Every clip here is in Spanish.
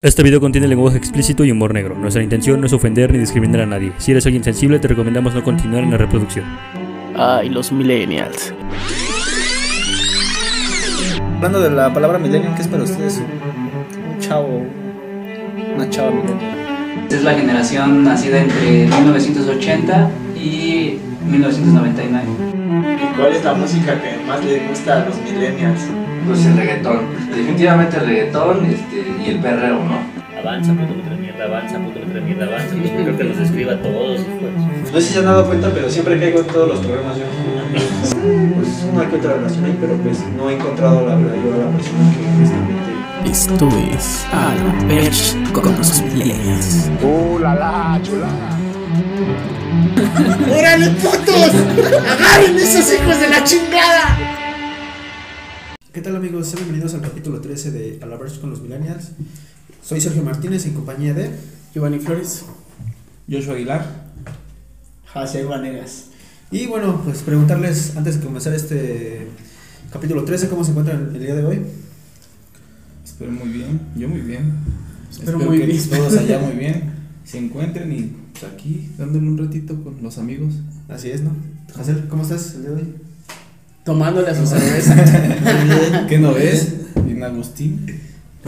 Este video contiene lenguaje explícito y humor negro. Nuestra intención no es ofender ni discriminar a nadie. Si eres alguien sensible, te recomendamos no continuar en la reproducción. Ay, Ah, los millennials. Hablando de la palabra millennial, ¿qué es para ustedes? Un chavo, una chava millennial. Es la generación nacida entre 1980 y 1999. ¿Cuál es la música que más le gusta a los millennials? Pues el reggaetón. Definitivamente el reggaetón este, y el perreo, ¿no? Avanza, puto que mierda, avanza, puto que mierda, avanza. Pues yo creo que nos escriba a todos. pues. No sé si se han dado cuenta, pero siempre caigo en todos los programas yo. Pues una que otra relación ahí, pero pues no he encontrado la verdad yo a la persona que honestamente... Esto es A la Verge con los millennials. ¡Órale, putos! ¡Agarren esos hijos de la chingada! ¿Qué tal, amigos? Sean bienvenidos al capítulo 13 de Palabras con los Millennials. Soy Sergio Martínez en compañía de Giovanni Flores. Joshua Aguilar. José Guanegas. Y bueno, pues preguntarles antes de comenzar este capítulo 13, ¿cómo se encuentran el día de hoy? Espero muy bien, yo muy bien. Espero muy que bien. todos allá muy bien se encuentren y pues, aquí dándole un ratito con los amigos. Así es, ¿no? José, ¿cómo estás el día de hoy? Tomándole a su cerveza. Pues, ¿Qué no ves? En Agustín.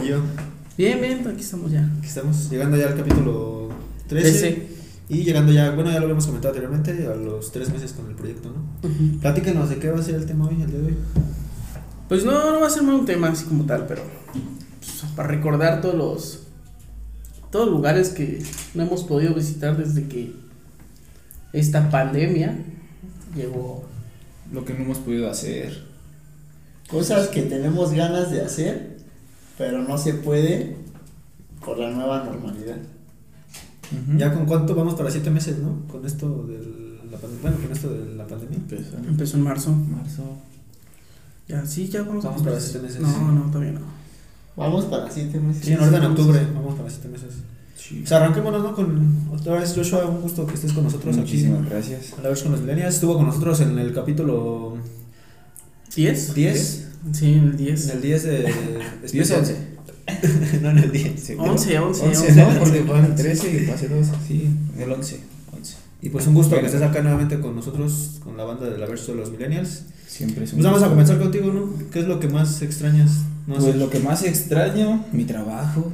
Y yo, Bien, bien, aquí estamos ya. aquí estamos, llegando ya al capítulo 13. 13. Y llegando ya, bueno, ya lo habíamos comentado anteriormente, a los tres meses con el proyecto, ¿no? Ujú. Platícanos de qué va a ser el tema hoy, el día de hoy. Pues no, no va a ser un tema así como tal, pero pues, para recordar todos los todos los lugares que no hemos podido visitar desde que esta pandemia llegó. Lo que no hemos podido hacer. Cosas que tenemos ganas de hacer, pero no se puede por la nueva normalidad. Ujú. ¿Ya con cuánto vamos para siete meses, no? Con esto de la pandemia. Bueno, con esto de la pandemia. Empezó en Empezó en marzo. marzo. Ya, sí, ya vamos, Vamos para siete meses. No, no, todavía no. Vamos para siete meses. Sí, en orden en octubre, vamos para siete meses. Sí. O sea, arranquémonos, ¿no? Con otra vez, Joshua, un gusto que estés con nosotros Muchísimas aquí. gracias. A la vez con los millennials, estuvo con nosotros en el capítulo ¿10? 10, Sí, el 10. en el 10 de... 10 especial. 11. no, en el 10. Sí, 11, 11, 11, ¿no? Porque van 13 y pase 2. Sí, el 11. 11. Y pues un gusto que estés acá nuevamente con nosotros, con la banda de la Verso de los millennials. Siempre es un Pues vamos a gusto. comenzar contigo, ¿no? ¿Qué es lo que más extrañas? No Pues hacer? lo que más extraño, mi trabajo,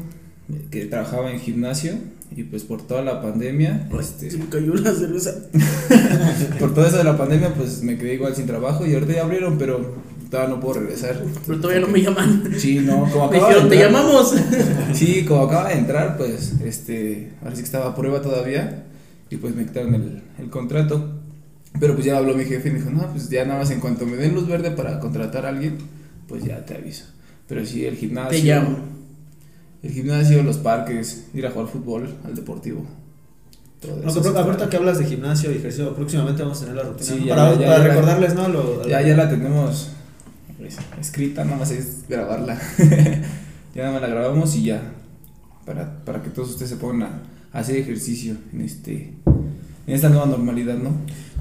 eh, que trabajaba en gimnasio y pues por toda la pandemia, este, Se me cayó la cerveza. por todo eso de la pandemia pues me quedé igual sin trabajo y ahorita ya abrieron, pero todavía no puedo regresar. Pero todavía no me llaman. Sí, no, como Me acaba dijeron, de te entrar- llamamos. Sí, como acaba de entrar, pues este, ahora sí que estaba a prueba todavía y pues me quitaron el, el contrato. Pero pues ya habló mi jefe y me dijo, no, pues ya nada más en cuanto me den luz verde para contratar a alguien, pues ya te aviso. Pero Ah, sí, el gimnasio. Te llamo. El gimnasio, los parques, ir a jugar fútbol, al deportivo. Todo No, eso pero se ahorita trata. que hablas de gimnasio y ejercicio, próximamente vamos a tener la rutina. Sí, ¿no? ya, para ya, para ya. recordarles, ¿no? Lo- Ya, ya la tenemos pues, escrita, nada más es grabarla. ya nada más la grabamos y ya. Para, para que todos ustedes se pongan a, a hacer ejercicio en este en esta nueva normalidad, ¿no?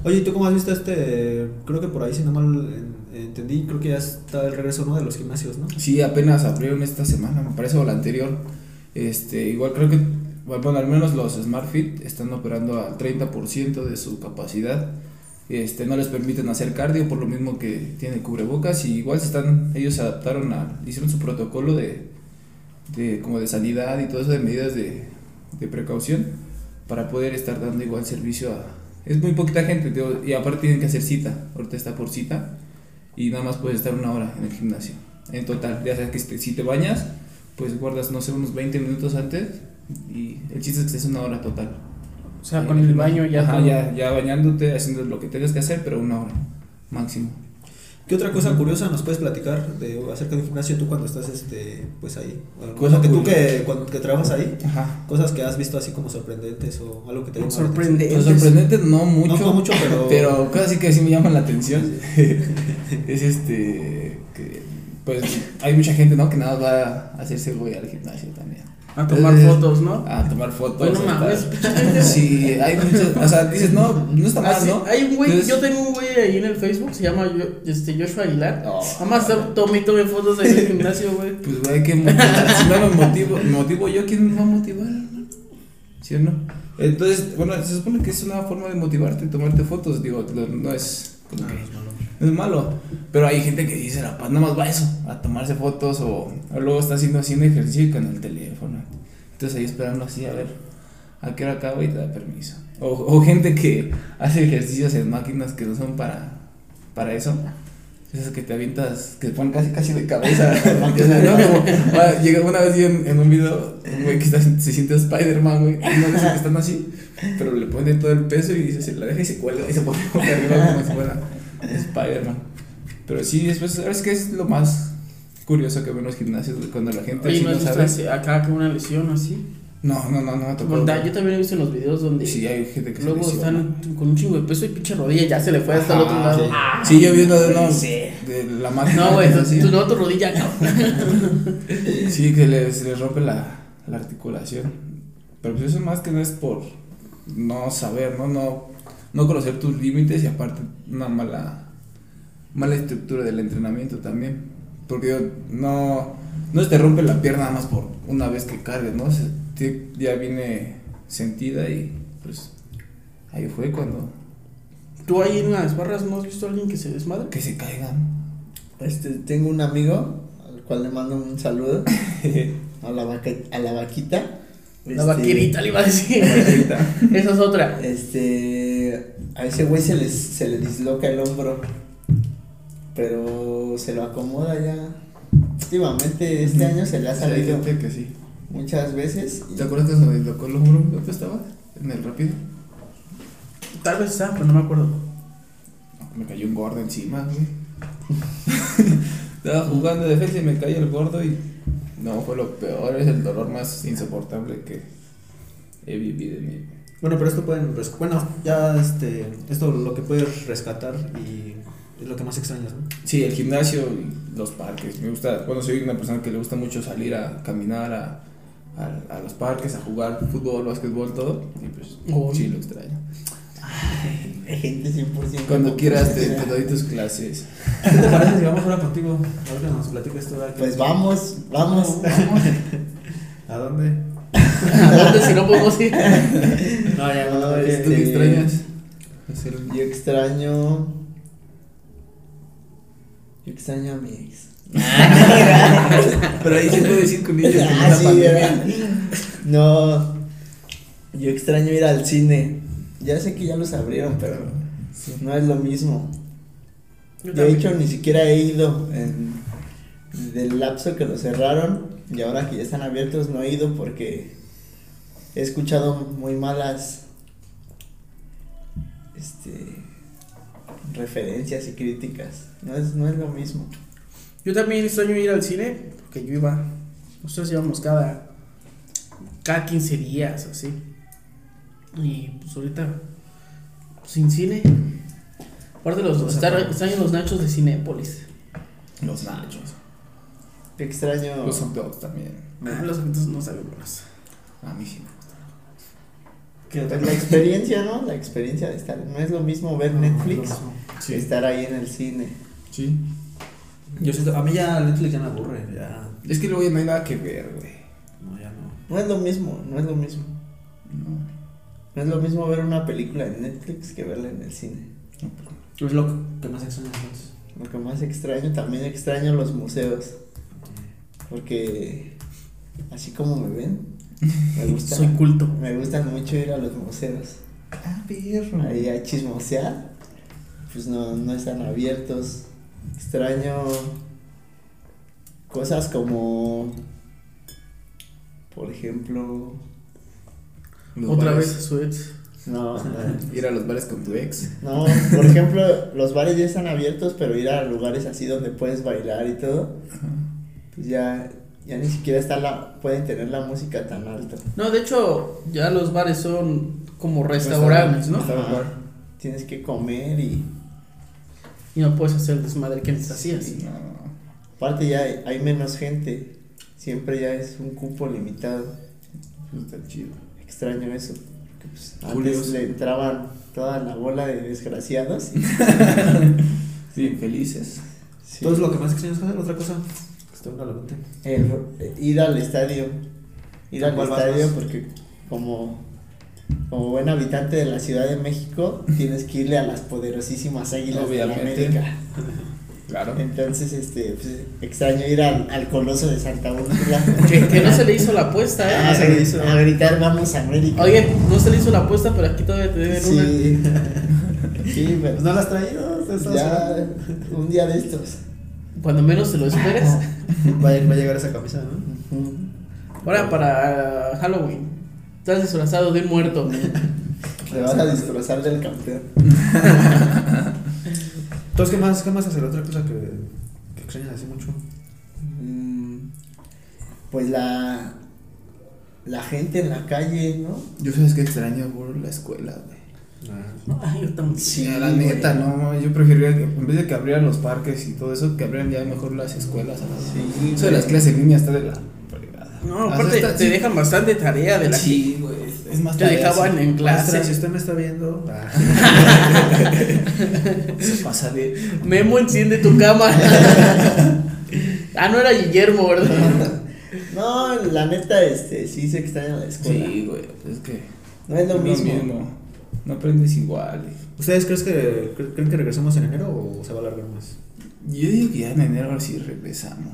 Oye, ¿tú cómo has visto este? Creo que por ahí, si no mal en- entendí, creo que ya está el regreso, ¿no? De los gimnasios, ¿no? Sí, apenas abrieron esta semana, me parece, o la anterior. Este, igual creo que, bueno, al menos los Smart Fit están operando al 30% de su capacidad. Este, no les permiten hacer cardio por lo mismo que tiene cubrebocas y igual se están, ellos se adaptaron a, hicieron su protocolo de, de como de sanidad y todo eso de medidas de, de precaución para poder estar dando igual servicio a, es muy poquita gente te- y aparte tienen que hacer cita, ahorita está por cita y nada más puedes estar una hora en el gimnasio. En total, ya sea que este- si te bañas, pues guardas, no sé, unos 20 minutos antes y el chiste es que estés una hora total. O sea, con el baño ya. Ajá, todo. ya, ya bañándote, haciendo lo que tengas que hacer, pero una hora máximo. ¿Qué otra cosa curiosa nos puedes platicar de, acerca del gimnasio tú cuando estás, este, pues ahí? Bueno, Cosa que tú curiosa. que, cuando, que trabajas ahí, Ajá. cosas que has visto así como sorprendentes o algo que te haya llamado la atención. Sorprendente. Pues sorprendente, no mucho. No, no mucho, pero- Pero casi que sí me llaman la atención. es este. que, pues hay mucha gente, ¿no? Que nada más va a hacerse güey al gimnasio también. A tomar Entonces, fotos, ¿no? A tomar fotos. Bueno, a mames, estar- pinche gente. Sí, hay muchas. O sea, dices, no, no está mal, Así- ¿no? Ah, Hay un güey, Entonces, yo tengo un güey ahí en el Facebook, se llama Yo- este, Joshua Aguilar. Oh. Nada más está- tome, tome fotos ahí en el gimnasio, güey. Pues, güey, hay que motivar. si no lo motivo, motivo yo, ¿quién me va a motivar? ¿Sí o no? Entonces, bueno, se supone que es una forma de motivarte, tomarte fotos. Digo, lo- no es. como que- Ah. no es malo. Pero hay gente que dice, la paz, nada más va a eso, a tomarse fotos o, o luego está haciendo haciendo ejercicio y con el teléfono. Entonces ahí esperando así a ver a qué hora acaba y te da permiso. O, o gente que hace ejercicios en máquinas que no son para, para eso. Esas que te avientas, que te ponen casi casi de cabeza. O sea, ¿no? Como, ah, llega una vez vi en, en un video, un güey, que está- se siente Spider-Man, güey. y No dice que están así, pero le pone todo el peso y dice, se la deja y se cuelga y se pone boca arriba como si fuera Spider-Man. Pero sí, después, ¿sabes qué es lo más curioso que ven los gimnasios? güey? Cuando la gente Oye, así ¿no no has visto sabe. así- acá que una lesión así? No, no, no, no me tocó. Bueno, da- güey. yo también he visto en los videos donde Sí, hay gente que se luego lesiona. están con un chingo de peso y pinche rodilla ya se le fue hasta el otro Ajá, lado. sí. Ah, Sí, yo vi uno de unos. sí. De la máquina. No, que güey, es tu, así. tu, no, tu rodilla, cabrón. Sí, que le- se les rompe la, la articulación. Pero pues eso más que no es por no saber, ¿no? No, no conocer tus límites y aparte una mala, mala estructura del entrenamiento también. Porque yo- no, no se te rompe la pierna nada más por una vez que cargues, ¿no? Se- te- ya viene sentida y pues ahí fue cuando... ¿Tú ahí en las barras no has visto a alguien que se desmadre? Que se caigan. Este, tengo un amigo al cual le mando un saludo a la, vaca, a la vaquita. Este, La vaquerita le iba a decir. Esa es otra. Este, a ese güey se, les, se le disloca el hombro, pero se lo acomoda ya. Últimamente, este año se le ha Sí, hay salido gente que sí. muchas veces. y- ¿Te acuerdas cuando dislocó el hombro? ¿Dónde estaba? En el rápido. Tal vez está, pero no me acuerdo. Me cayó un gordo encima, güey. Estaba jugando de defensa y me cayó el gordo y. No, fue lo peor, es el dolor más insoportable que he vivido en mi. Bueno, pero esto pueden. res- Bueno, ya este. Esto lo que puedes rescatar y es lo que más extrañas, ¿no? Sí, el gimnasio y los parques. Me gusta, bueno, soy una persona que le gusta mucho salir a caminar, a, a, a los parques, a jugar fútbol, básquetbol, todo. Y pues, Oh. sí, lo extraño. Gente 100%. Cuando quieras te, te doy tus clases. ¿Qué te parece si vamos ahora contigo? Ahora que nos platicas tú. ahora que- Pues vamos, vamos. ¿A ¿A dónde? dónde si Ah, no podemos ir? No, ya no. No, ¿Tú este, qué extrañas? Hacer un- Yo extraño. Yo extraño a mi ex. Pero ahí se puede decir con ellos. Ah, sí, ¿verdad? No. Yo extraño ir al cine. Ya sé que ya los abrieron, pero no es lo mismo. Yo De también. hecho, ni siquiera he ido en, del lapso que lo cerraron y ahora que ya están abiertos no he ido porque he escuchado muy malas este, referencias y críticas. No es, no es lo mismo. Yo también extraño ir al cine, porque yo iba, nosotros íbamos cada, cada 15 días, así. Y pues ahorita, sin cine. Aparte los, estar- extraño los nachos de Cinépolis. Los nachos. Te extraño. Los hot dogs también. Ah, Los entonces no saben buenos. A mí sí. Que Pues la experiencia, ¿no? La experiencia de estar. No es lo mismo ver Netflix que estar ahí en el cine. Sí. Yo siento, a mí ya Netflix ya me aburre, ya. Es que luego ya no hay nada que ver, güey. No, ya no. No es lo mismo, no es lo mismo. No. No es lo mismo ver una película en Netflix que verla en el cine. Es lo que más extrañas entonces. Lo que más extraño, también extraño los museos. Porque así como me ven, me gusta. Soy culto. Me gustan mucho ir a los museos. Ah, perro. Ahí a chismosear. Pues no, no están abiertos. Extraño cosas como, por ejemplo, Los Otra bares. vez a su ex. no, no, Ir a los bares con tu ex. No, por ejemplo, los bares ya están abiertos, pero ir a lugares así donde puedes bailar y todo, pues ya, ya ni siquiera está la, pueden tener la música tan alta. No, de hecho, ya los bares son como restaurantes, ¿no? Ajá. Tienes que comer y Y no puedes hacer el desmadre que antes hacías. No. aparte ya hay, hay menos gente, siempre ya es un cupo limitado. Está chido. Extraño eso. porque, pues, antes Curioso. le entraban toda la bola de desgraciados. Sí, felices. Sí. Entonces, lo que más extrañas, José, otra cosa. Que te venga a la mente. El, eh, ir al estadio. Ir ¿A al cuál vas estadio más? porque como, como buen habitante de la Ciudad de México, tienes que irle a las poderosísimas águilas Obviamente. de la América. Claro. Entonces, este, pues, extraño ir al, al coloso de Santa Úrsula. Que, que no se le hizo la apuesta, ¿eh? Ah, a, a gritar vamos a América. Oye, no se le hizo la apuesta, pero aquí todavía te deben una. sí. sí, pero Pues no las has traído. te estás- ya un día de estos. Cuando menos se lo esperes. Va, a- va a llegar esa camisa, ¿no? Ahora para Halloween. Estás disfrazado de un muerto. Te vas a disfrazar del campeón. Entonces, ¿qué más, qué más hacer? Otra cosa que, que extrañas así mucho. Mm, Pues la la gente en la calle, ¿no? Yo sabes que extraño, güey, la escuela, güey. Ay, yo también. Sí, la neta, no, yo preferiría que en vez de que abrieran los parques y todo eso, que abrieran ya mejor las escuelas. ¿no? Sí, Eso de las clases en línea está de la fregada. No, Hasta aparte está- te sí. dejan bastante tarea de la Sí, güey, es más Te tarea, dejaban sí. en Maestra, si clase. usted me está viendo. ah, Se ah. pasa de... Memo, enciende tu cámara. ah, no era Guillermo, ¿verdad? No, la neta, este, sí se extraña la escuela. Sí, güey, pues es que... No es lo no mismo. No aprendes igual. ¿Ustedes crees que, cre- creen que regresamos en enero o se va a alargar más? Yo digo que ya en enero ahora sí regresamos.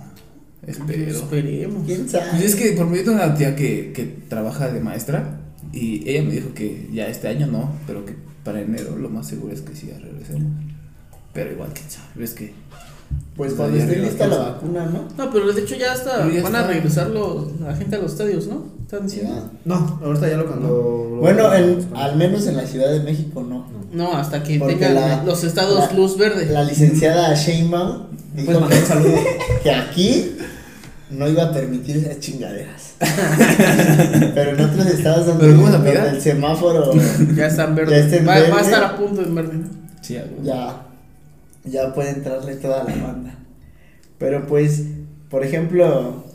Espero. Esperemos. ¿Quién Pues sabe? es que por medio de una tía que, que trabaja de maestra y ella me dijo que ya este año no, pero que para enero lo más seguro es que sí ya regresemos. Pero igual, quién sabe, es que... Pues Pues cuando ahí esté arriba, lista la ¿quién sabe? vacuna, ¿no? No, pero de hecho ya hasta Pero ya van a está. regresar los, la gente a los estadios, ¿no? Están diciendo. No, ahorita ya lo cuando. lo- Bueno, en- cuando- al menos en la Ciudad de México no. No, hasta que Porque tengan la- los estados la- luz verde. La licenciada Sheinbaum Puedes dijo mandar un que, saludo. que aquí no iba a permitir esas chingaderas. Pero en otros estados donde, Pero ¿cómo se donde pide? el semáforo Ya están Ya verdes. está en va, va a verde. estar a punto en verde. Sí, algo. ya, ya puede entrarle toda la banda. Pero pues, por ejemplo,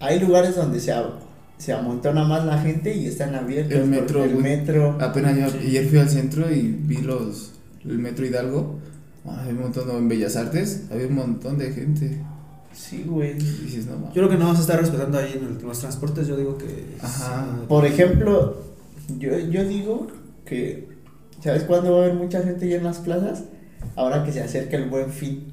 hay lugares donde se, a- se amontona más la gente y están abiertos. El metro, porque El güey. metro. Apenas yo, ayer fui al centro y vi los el metro Hidalgo. Ah, había un montón no, en Bellas Artes, había un montón de gente. Sí, güey. Y dices, no mames. Yo creo que no vamos a estar respetando ahí en el- los transportes. Yo digo que. Ajá. sí. Por ejemplo, yo, yo digo que, ¿sabes cuándo va a haber mucha gente ya en las plazas? Ahora que se acerca el buen fin.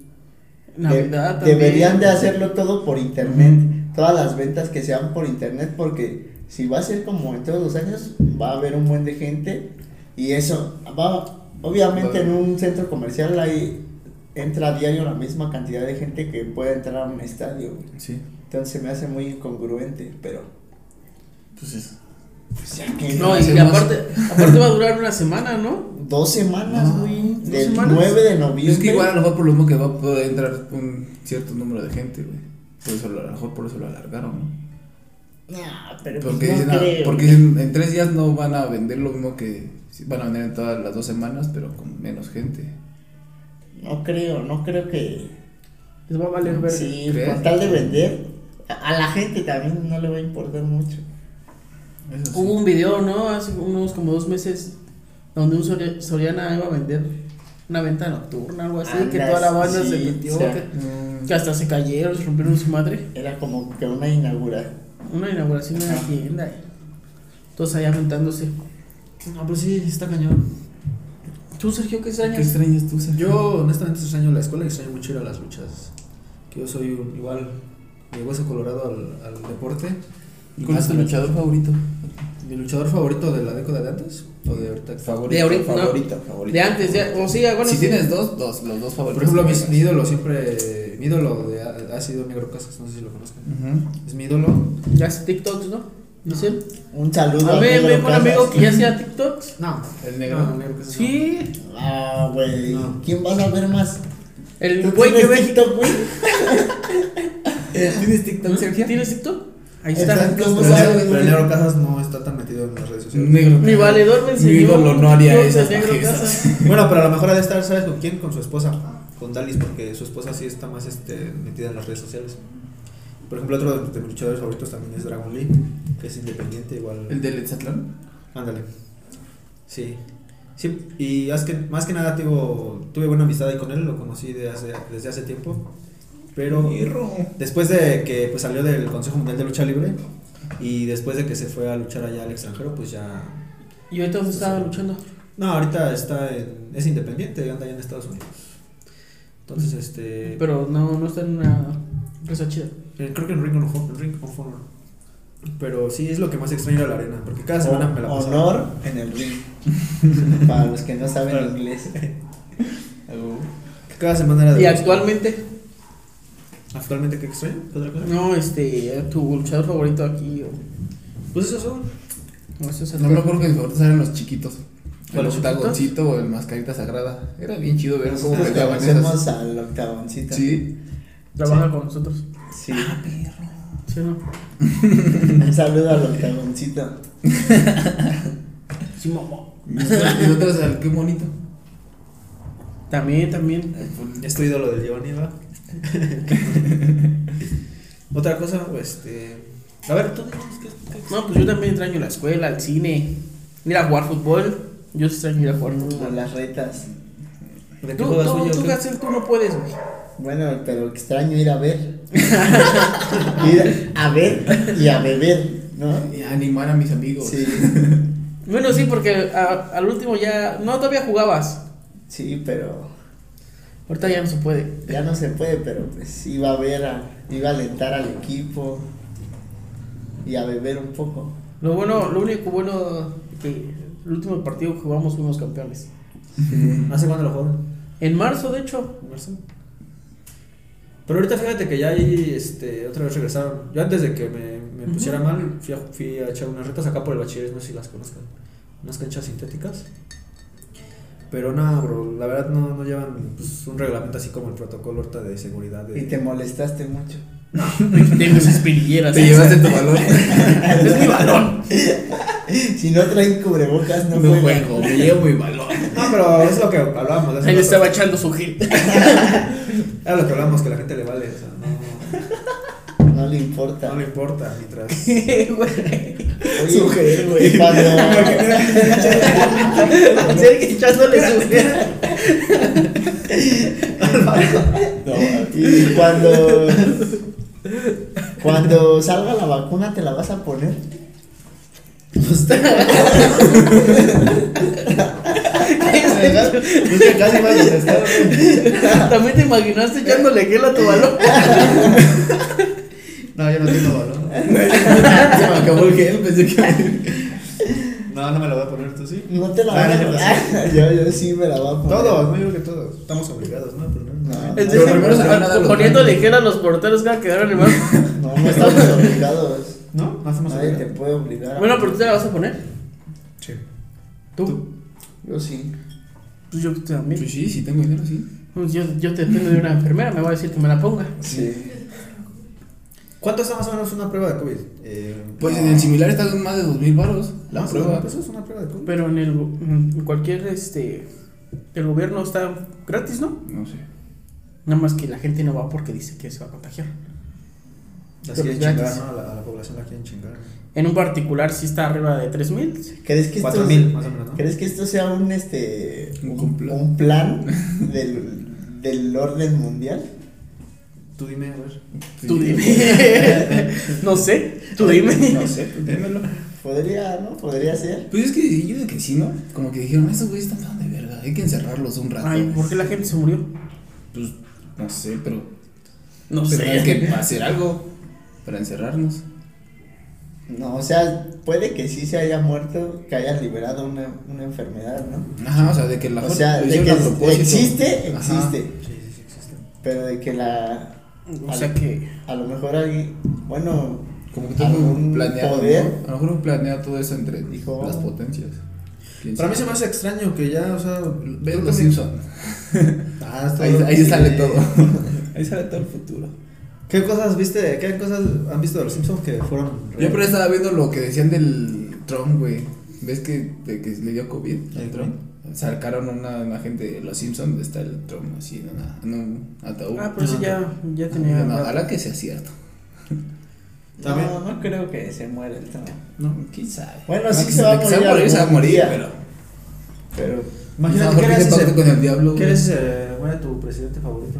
Navidad De- también. Deberían de hacerlo todo por internet, todas las ventas que sean por internet, porque si va a ser como en todos los años, va a haber un buen de gente y eso, va, obviamente Va. en un centro comercial ahí entra a diario la misma cantidad de gente que puede entrar a un estadio. güey. Sí, Entonces se me hace muy incongruente, pero pues eso. pues ya que No, y Hacemos- aparte, aparte va a durar una semana, ¿no? Dos semanas, No, güey. ¿dos Del semanas? 9 de Pues noviembre. es que igual a lo mejor por lo mismo que va a poder entrar un cierto número de gente, güey. Por eso lo- a lo mejor por eso lo alargaron, ¿no? Nah, pero Porque, pues, dicen, no ah, creo. porque dicen, en tres días no van a vender lo mismo que sí, van a vender en todas las dos semanas, pero con menos gente. No creo, no creo que. Les va a valer verde. Sí, ¿Crees? con tal de vender. A, a la gente también no le va a importar mucho. Eso sí. Hubo un video, ¿no? Hace unos como dos meses, donde un Sori- Soriana iba a vender una venta nocturna, algo así, que Anda, toda la banda sí, se metió, o sea, que, Mm, que hasta se cayeron, se rompieron su madre. Era como que una inaugura. Una inauguración de una Ah. Ajá. tienda. y Todos ahí aventándose. Ah, No, pues sí, está cañón. ¿Tú, Sergio, qué ¿Qué extrañas? extrañas tú, Sergio? Yo, honestamente, extraño la escuela y extraño mucho ir a las luchas. Que yo soy un- igual de hueso colorado al, al deporte. Y ¿Cuál más es tu a la- luchador favorito? ¿Mi luchador favorito de la década de antes? ¿O de ahorita? Favorito, De ahorita, no. favorito, favorito. De antes, ya. O sí, bueno, si sí. tienes dos, dos, los Por dos favoritos. ejemplo, mi, mi Ujú. ídolo siempre. Mi ídolo de- ha, ha sido Negro Casas, no sé si lo conozcan. Es mi ídolo. Ya hace TikToks, ¿no? Dice. Un saludo A ver, Pedro ve un Casas. amigo que ya hacía TikToks. No. El No, negro. Ah, Negro Casas. Sí. Ah, güey. No. ¿Quién vas a ver más? El ¿Tú güey que tienes ve. TikTok, güey? Eh, Eh, ¿Tienes TikTok, Sergio? ¿Ah? ¿Tienes TikTok? Ahí Exacto. está. Pero, Pues, el- ah, pero el güey. Negro Casas no está tan metido en las redes sociales. Negro. Mi valedor me enseñó. Mi ídolo no haría TikToks de esas Negro bajezas. Casas. Bueno, pero a lo mejor ha de estar, ¿sabes con quién? Con su esposa, con Dalis, porque su esposa sí está más este, metida en las redes sociales. Por ejemplo, otro de, de mis luchadores favoritos también es Dragon Lee, que es independiente, igual. ¿El del Etzatlán? Ándale. Sí. Sí, y haz que- más que nada digo, tuve buena amistad ahí con él, lo conocí de hace- desde hace tiempo. Pero Hierro. después de que pues, salió del Consejo Mundial de Lucha Libre y después de que se fue a luchar allá al extranjero, pues ya... ¿Y ahorita dónde estaba luchando? No, ahorita está en- es independiente, anda allá en Estados Unidos. Entonces, este... Pero no, no está en una empresa chida. Eh, Creo que en Ring of Honor. Ring of Honor. Pero sí es lo que más extraño de la arena, porque cada semana me la O- pasaba. honor en el ring. Para los que no saben inglés. Cada semana era de ¿Y los- actualmente? ¿Actualmente qué extraño? ¿Qué otra cosa? No, este, tu luchador favorito aquí. O, Pues esos son. o eso es No me acuerdo que mis favoritos eran los chiquitos. El ¿Cuáles chiquitos? octagoncito o el mascarita sagrada. Era bien chido ver cómo Nosotros peleaban esas. conocemos al octavoncito. Sí. Trabaja con nosotros. Ah, Sí. ¿Sí o no? Un saludo al octavoncito. Sí, mamá. Y otras- y otras, al- qué bonito. También, también. Es tu Mm, este ídolo del Giovanni, ¿va? otra cosa, pues, este. A ver, tú dinos qué, qué- No, pues yo también extraño la escuela, el cine, ir a jugar fútbol. Yo sí extraño ir a jugar A fútbol. las retas. de qué Tú, juegas tú, hoy o tú, qué- Hansel, tú no puedes, güey. Bueno, pero extraño ir a ver. ir a ver y a beber, ¿no? Y animar a mis amigos. Sí, Bueno, sí, porque a- al último ya. No, todavía jugabas. sí, pero Ahorita ya no se puede. ya no se puede, pero pues iba a ver, a- iba a alentar al equipo y a beber un poco. Lo bueno, lo único bueno que el último partido que jugamos fuimos campeones. ¿Hace cuándo lo juegan? En marzo, de hecho. ¿En marzo? Pero ahorita fíjate que ya ahí, este, otra vez regresaron. Yo antes de que me, me pusiera mal, fui a, fui a echar unas retas acá por el bachiller, no sé si las conozcan. Unas canchas sintéticas. Pero no, bro, la verdad no, no llevan pues, un reglamento así como el protocolo ahorita de seguridad. De, Y te molestaste mucho. De mis espinilleras. Te llevaste tu valor. Es mi balón. Si no traen cubrebocas, no, No juegan. juego, me llevo mi balón. No, pero es lo que hablábamos. hace Ahí le rato. estaba echando su gel. Era lo que hablábamos, que la gente le vale. O sea, no, No le importa. no le importa mientras. Güey. Oye, güey. Cuando, Hansel echándole su gel. y cuando, cuando salga la vacuna, ¿te la vas a poner? Pues Pues Es que casi va a estar. También te imaginaste echándole gel a tu balón. No, yo no tengo balón. Se me acabó el gel, pensé que. No, no me lo voy a poner tú sí. No te la Ah, vas a no, poner. Yo, yo sí me la voy a poner. Todos, no yo creo que todos. Estamos obligados, ¿no? Pero no. No, Es Pero primero se van a dar decir, los poniéndole baños. gel a los porteros que quedaron en el No, no estamos obligados. ¿No? No estamos Nadie te obligados. puede obligar. a- Bueno, pero tú te la vas a poner. Sí. Tú. Yo sí. Pues yo también. Pues sí, sí tengo dinero, sí. Pues yo, yo te dependo de una enfermera, me va a decir que me la ponga. Sí. ¿Cuánto está más o menos una prueba de COVID? Eh, Pues en el similar está más de 2000 baros. La más o prueba. menos, pues, es una prueba de COVID. Pero en el en cualquier este el gobierno está gratis, ¿no? No sé. Nada más que la gente no va porque dice que se va a contagiar. Las Pero quieren gratis. chingar, ¿no? A la, a la población la quieren chingar. En un particular sí está arriba de 3000. ¿Crees que Cuatro esto, mil, más o menos, ¿no? ¿crees que esto sea un este Un un, complot. un plan del, del orden mundial? Tú dime, a ver. Tú dime. no sé, tú dime. No sé, tú dímelo. Podría, ¿no? Podría ser. Pues es que yo de que sí, ¿no? Como que dijeron, estos güeyes están tan de verga, hay que encerrarlos un rato. Ay, ¿por qué la gente se murió? Pues no sé, pero. No pero sé. hay que hacer algo para encerrarnos. No, o sea, puede que sí se haya muerto, que haya liberado una, una enfermedad, ¿no? Ajá, o sea, de que la O fuer- sea, lo de hicieron que a propósito. existe, Ajá. existe. Sí, sí, sí, existe. Pero de que la. O sea que A lo mejor alguien. Bueno, Como que todo algún planeado. poder. ¿no? A lo mejor planeado todo eso entre Dijo, las potencias. ¿Quién Para mí se sabe? me hace extraño que ya, o sea. Veo los Simpson. Ah, está Ahí, bien. ahí sale todo. ahí sale todo el futuro. ¿Qué cosas viste? ¿Qué cosas han visto de los Simpsons que fueron Yo pero reales? estaba viendo lo que decían del Trump, güey. ¿Ves que, de que le dio COVID al Ajá. Trump? Sacaron una imagen de los Simpsons donde está Ah. el Trump así en, una- en un ataúd. Ah, pero eso Ah, pues ya ya tenía No, ojalá que sea cierto. No, no creo que se muera el Trump. No, quién sabe. Bueno, No, sí que se va a que morir. Se va a morir, se va a algún morir, día, pero. Pero. No, Imagínate, porque ¿qué le ese haces pacto el- con el diablo, ¿Qué güey. le haces eh, muere tu presidente favorito?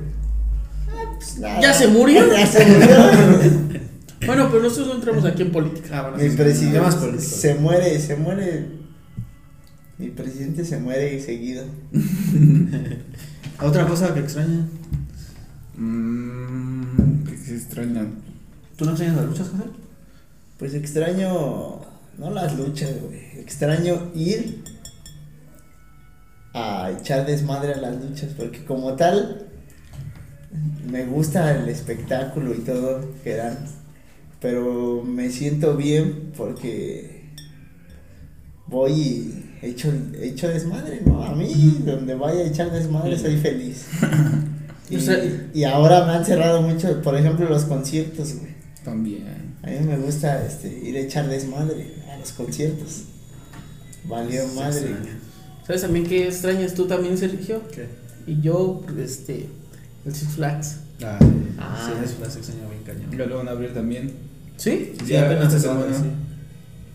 nada. ¿Ya se murió? Ya se murió. Bueno, pero nosotros no entramos aquí en política. Ah, bueno, Mi sí, temas presidente políticos. se muere, se muere. Mi presidente se muere seguido. Otra cosa que extraña. Mmm. Que se extrañan. ¿Tú no extrañas las luchas, José? Pues extraño. No las luchas, güey. Extraño ir a echar desmadre a las luchas. Porque como tal. Me gusta el espectáculo y todo que dan. Pero me siento bien porque. Voy y echo, echo desmadre, ¿no? A mí, donde vaya a echar desmadre, soy feliz. Y, O sea- y ahora me han cerrado mucho, por ejemplo, los conciertos, güey. También. A mí me gusta este, ir a echar desmadre a los conciertos. Valió madre. ¿Sabes también qué extrañas tú también, Sergio? ¿Qué? Y yo, este, el Six Flags. Ah, Ah. sí, es una sexaña bien cañón. Ya lo van a abrir también. ¿Sí? Sí, apenas esta esta semana, sí.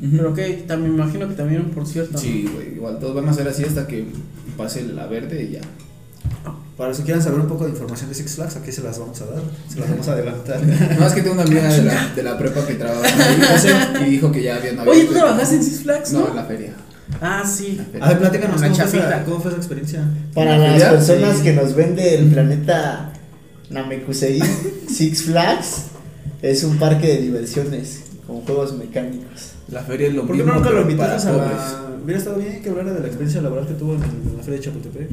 Ujú. Pero que también me imagino que también por cierto. Sí, güey, igual todos van a ser así hasta que pase la verde y ya. Para los que quieran saber un poco de información de Six Flags, aquí se las vamos a dar. Se las vamos a adelantar. No, es que tengo una amiga de la, de la prepa que trabaja ahí y dijo que ya habían Oye, abierto. ¿tú trabajaste en Six Flags, no? No, en la feria. Ah, sí. A ver, platícanos, La ¿cómo fue, esa, chapita. ¿cómo fue esa experiencia? Para ¿Ya? las personas Sí. que nos ven del planeta Namekusei, Six Flags es un parque de diversiones con juegos mecánicos. La feria es lo ¿Por qué mismo. no nunca lo pero invitaste a para la... Hubiera estado bien que hablara de la experiencia laboral que tuvo en, en la feria de Chapultepec.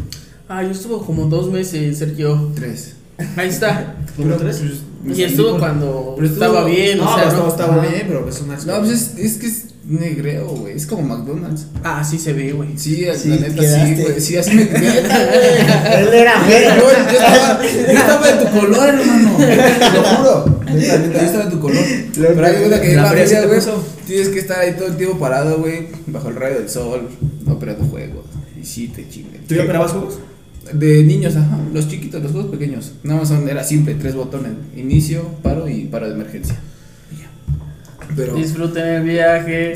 Ah, yo estuve como dos meses, Sergio. Tres. Ahí está. ¿Tuvo tres? Pues, Me Y salí estuvo con- cuando pero estuvo- estaba bien, Pues no, o sea, pero ¿no? estaba, estaba Ajá. bien, pero es una No, pues es, es que es negreo, güey. Es como McDonald's. Ah, sí se ve, güey. Sí, Sí, la neta sí, quedaste. güey. Sí, así me quedé. Él era Yo, feo. yo estaba, yo estaba de tu color, hermano. Te Lo juro. Neta, neta, Yo estaba de tu color. Pero hay una que es La la feria sí feria, te güey. puso. Tienes que estar ahí todo el tiempo parado, güey. Bajo el rayo del sol, operando juegos. Y sí, te chingan. ¿Tú ya operabas juegos? De niños, ajá. Los chiquitos, los juegos pequeños. Nada más son, era simple, tres botones. Inicio, paro y paro de emergencia. Y ya. Pero. Disfruten el viaje.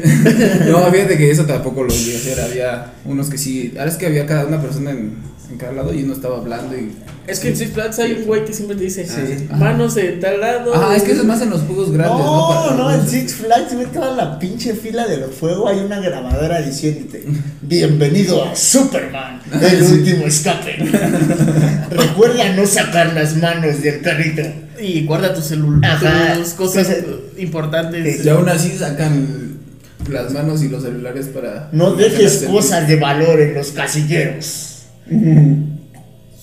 No, fíjate que eso tampoco lo llegué a hacer. Había unos que sí. Ahora es que había cada una persona en, en cada lado y uno estaba hablando y. Es que en Six Flags hay un güey que siempre te dice, Sí. manos de tal lado. Ajá, Ah, es que eso es más en los juegos grandes, ¿no? No, Para- no, en Six Flags ve toda la pinche fila de los fuegos. Hay una grabadora diciéndote: Bienvenido a Superman, el último escape. Recuerda no sacar las manos del carrito. Y guarda tu celular, Ajá. tus cosas Entonces- importantes. Y aún así sacan las manos y los celulares para. No para dejes hacer- cosas de valor en los casilleros.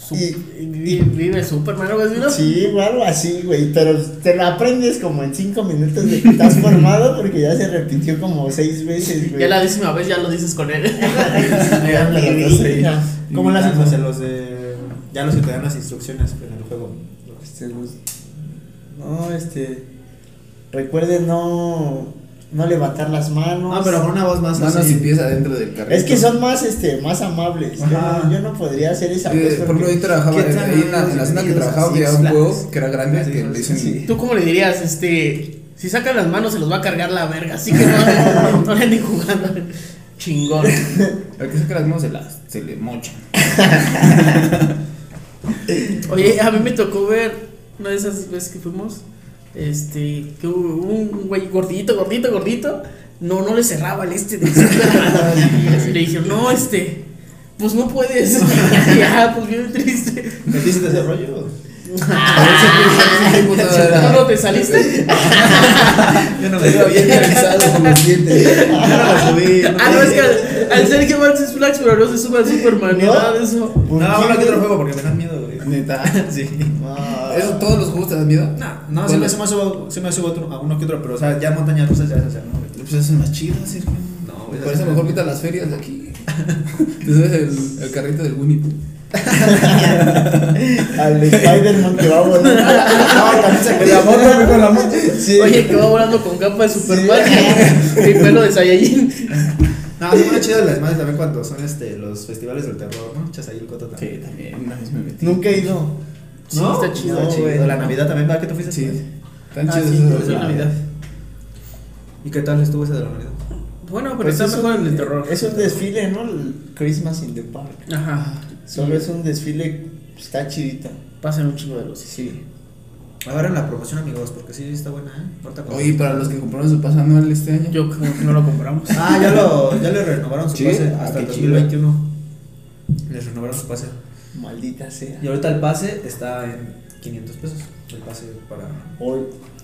Su- Y- vi- vive Superman, güey, ¿no? Sí, o algo así, güey. Pero te lo aprendes como en cinco minutos de que estás formado porque ya se repitió como seis veces, güey. Ya la décima vez ya lo dices con él. Ya la- la- la- ¿Cómo le haces Invitando. José? los de. Ya los que te dan las instrucciones en el juego? Este, los- no, este. Recuerden no, no levantar las manos. Ah, pero con una voz más Manos así. y pies adentro del carrito. Es que son más, este, más amables. Yo Ajá. no, yo no podría hacer esa Eh, voz por ejemplo, porque- yo trabajaba ¿Qué en, tal? ahí en la, en la zona que Bienvenidos a trabajaba, había Six un Flags. juego que era grande que le dicen. Sí. ¿Tú cómo le dirías? Este, si sacan las manos se los va a cargar la verga, así que no, no anden jugando. Chingón. Al que saca las manos se, las, se le mocha. Oye, a mí me tocó ver una de esas veces que fuimos, este, que hubo un güey gordito, gordito, gordito, no, no le cerraba el este. del Superman. Y le dijeron, no, este, pues no puedes. Y ya, pues bien triste. ¿Metiste ese rollo? ¿No no te saliste? Yo no Estaba bien realizado con los dientes. Yo no lo subí. Ah, no, es que al, al Sergio va al Six Flags, pero no se sube al Superman ni ¿No? nada de eso. ¿Por No, qué, Ah, bueno, que güey? otro juego porque me dan miedo, güey. Neta. Sí. Ah. ¿Eso todos los juegos te dan miedo? No, no, sí ¿Cuál me, es? sí me subo, sí me subo otro, a uno que otro, pero o sea, ya montaña rusa ya se no, güey. Pues eso es más chido, Sergio. No, güey. Por eso mejor vete a las ferias de aquí. Tú sabes el, el carrito del Winnie Pooh. Al de Spider-Man que va volando. No, también se la moto, güey, con la moto. Sí. Oye, que va volando con capa de Superman y y pelo de Saiyajin. No, se pone chido las madres también cuando son este, los festivales del terror, ¿no? Echas ahí el coto también. también. Una vez me metí. Nunca he ido. Sí, está chido. No, Está chido. güey. La Navidad también, ¿verdad que tú fuiste? Sí. Tan Ah, chidas sí, esas pero de sí, Navidad. ¿Y qué tal estuvo esa de la Navidad? Bueno, pero Pues está es mejor un- en el terror. Es un desfile, ¿no? El Christmas in the Park. Ajá. Solo es un desfile, pues, está chidita. Pasan un chingo de luces. Sí. Agarren la promoción, amigos, porque sí está buena, ¿eh? Ahorita cuando- Oye, para los que compraron su pase anual este año. Yo creo que no lo compramos. Ah, ya lo, ya le renovaron su ¿Sí? pase Ah, hasta qué el chido. 2021. Les renovaron su pase. Maldita sea. Y ahorita el pase está en 500 pesos. El pase para. Hoy.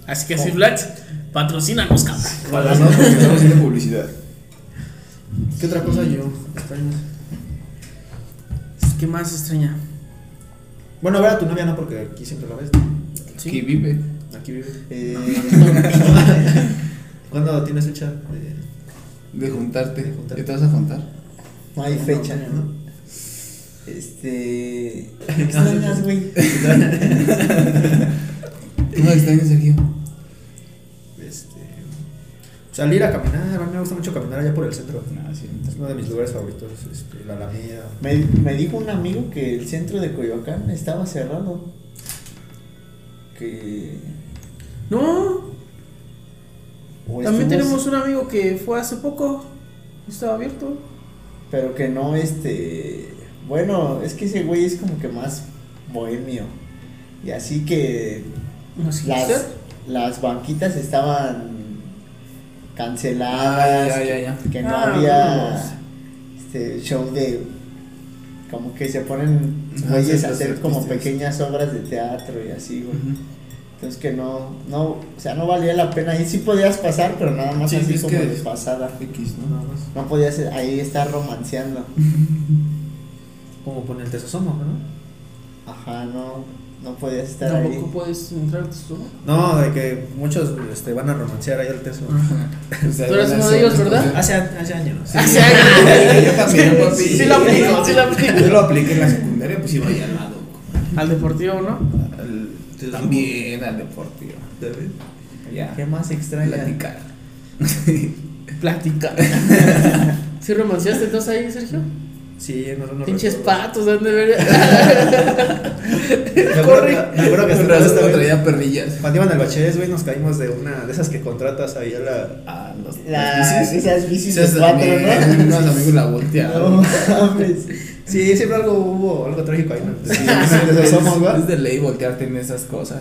Así que Six Flags, patrocínanos, cabrón. Para no, porque estamos haciendo publicidad. ¿Qué otra cosa yo extraño? ¿Qué más extraña? Bueno, a ver a tu novia, no, porque aquí siempre la ves. Sí. Aquí vive. Aquí vive. Eh, ¿Cuándo tienes fecha? de- De juntarte. De juntarte. ¿Ya te vas a juntar? no hay fecha. ¿no? Este. ¿Qué extrañas, güey? ¿Tú no extrañas, Sergio? Este, salir a caminar. A mí me gusta mucho caminar allá por el centro. No, Ah, sí. Es uno de mis lugares favoritos. Este, la Alameda. Me, me dijo un amigo que el centro de Coyoacán estaba cerrado. Que. No, o también estuvo- tenemos un amigo que fue hace poco. Estaba abierto. Pero que no, este. Bueno, es que ese güey es como que más bohemio. Y así que. No sé qué Las, hacer. las banquitas estaban canceladas. Ah, ya, ya, ya. Que no Ah, vámonos. había. Este show de. Como que se ponen Ajá, güeyes a ciertos hacer como artistas. pequeñas obras de teatro y así, güey. Ujú. Entonces que no, no, o sea, no valía la pena. Ahí sí podías pasar, pero nada más Sí, así es como que- de pasada. X, ¿no? Nada más. No podías ahí estar romanceando. Como con el tesosomo, ¿no? Ajá, no, no podías estar ahí. Tampoco puedes entrar a tu solo. No, de que muchos este, van a romancear ahí al teso. O sea, Tú eres van a uno de hacer ellos, ¿verdad? cosas. Hace, hace años. Ah, sí, ah, Yo también, papi. sí, sí lo aplico, sí lo aplico. Yo lo apliqué en la secundaria, pues iba allá al lado. Al deportivo, ¿no? Al- también al deportivo. Ya. ¿Qué más extraña? Platicar. Plática. ¿Sí romanceaste entonces ahí, Sergio? Sí, no, no Pinches recuerdo. patos, ¿de ¿dónde ver? Me acuerdo Corre. que- Me acuerdo que Con hasta razón no esta vez- traía perrillas. Cuando iban al bachiller, güey, nos caímos de una de esas que contratas ahí a la. Ah, los, La- las bicis. esas bicis de Esas cuatro, también, ¿no? Unos amigos la No voltearon. mames. Sí, siempre algo hubo, algo trágico ahí. ¿no? Sí, Es- de somos, güey. es de ley voltearte en esas cosas.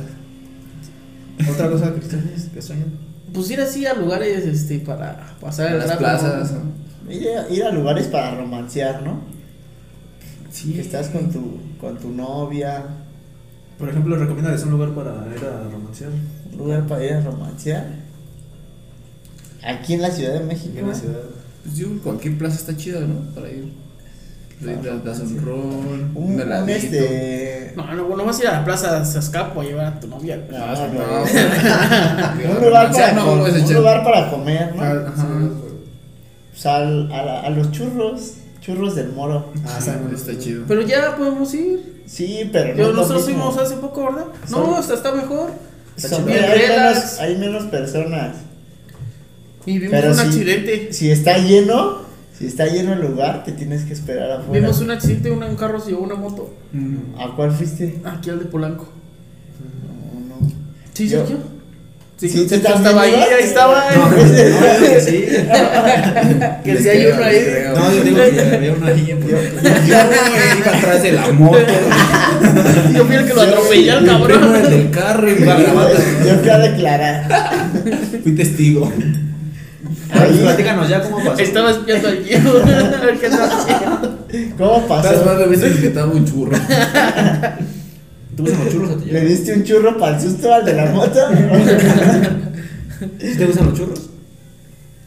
Otra cosa que extrañas, que extrañan. Pues ir así a lugares este, para pasar En el las rato. plazas. ¿no? ¿no? Ir a, ir a lugares para romancear, ¿no? Sí. Que estás con tu, con tu novia, Por ejemplo, recomiéndales un lugar para ir a romancear un lugar para ir a romancear. Aquí en la Ciudad de México. aquí Ah. en la ciudad. Pues yo, cualquier plaza está chida, ¿no? Para ir. Pues Te Para das romancear. un rol, Un, un un heladito. este. No, no, no vas a ir a la plaza de Azcapo a llevar a tu novia. güey. Ah, No, no, güey. güey. Un lugar, Romancear para, ah, no, com- güey, se un echa- lugar para comer, ¿no? Ah, Ajá. Pues al- a, la- a los churros, churros del moro. Ah, Sí, está chido. Pero ya podemos ir. Sí, pero no Yo, es lo nosotros mismo. fuimos hace poco, ¿verdad? Son- No, hasta está mejor. Son- bien hay, menos, relax. hay menos personas. Y vimos Pero un sí. accidente. Si está lleno, si está lleno el lugar, te tienes que esperar afuera. Vimos un accidente, una- un carro se llevó una moto. Mm. ¿A cuál fuiste? Aquí al de Polanco. No, no. ¿Sí, Yo- Sergio? Sí, Sí, tú Sergio también estaba ahí, ibas. ahí estaba. No, eh. no, sí. que Les si hay creo, uno les ahí. creo. No, yo digo que había una niña. por ahí. Yo iba atrás de la moto. Ah, Yo fui el que lo Yo- atropellé al Mi primo en cabrón. el carro y me Yo- grabando. Yo fui a declarar. Fui testigo. Ahí, Ahí, Pues platícanos ya cómo pasó. Estaba espiando al Diego. a ver qué andaba haciendo. ¿Cómo Estás más pasó? de veces que estaba un churro. ¿Tú gustan los churros o te ¿Le llevan? diste un churro para el susto al de la moto? ¿Sí ¿Te gustan los churros?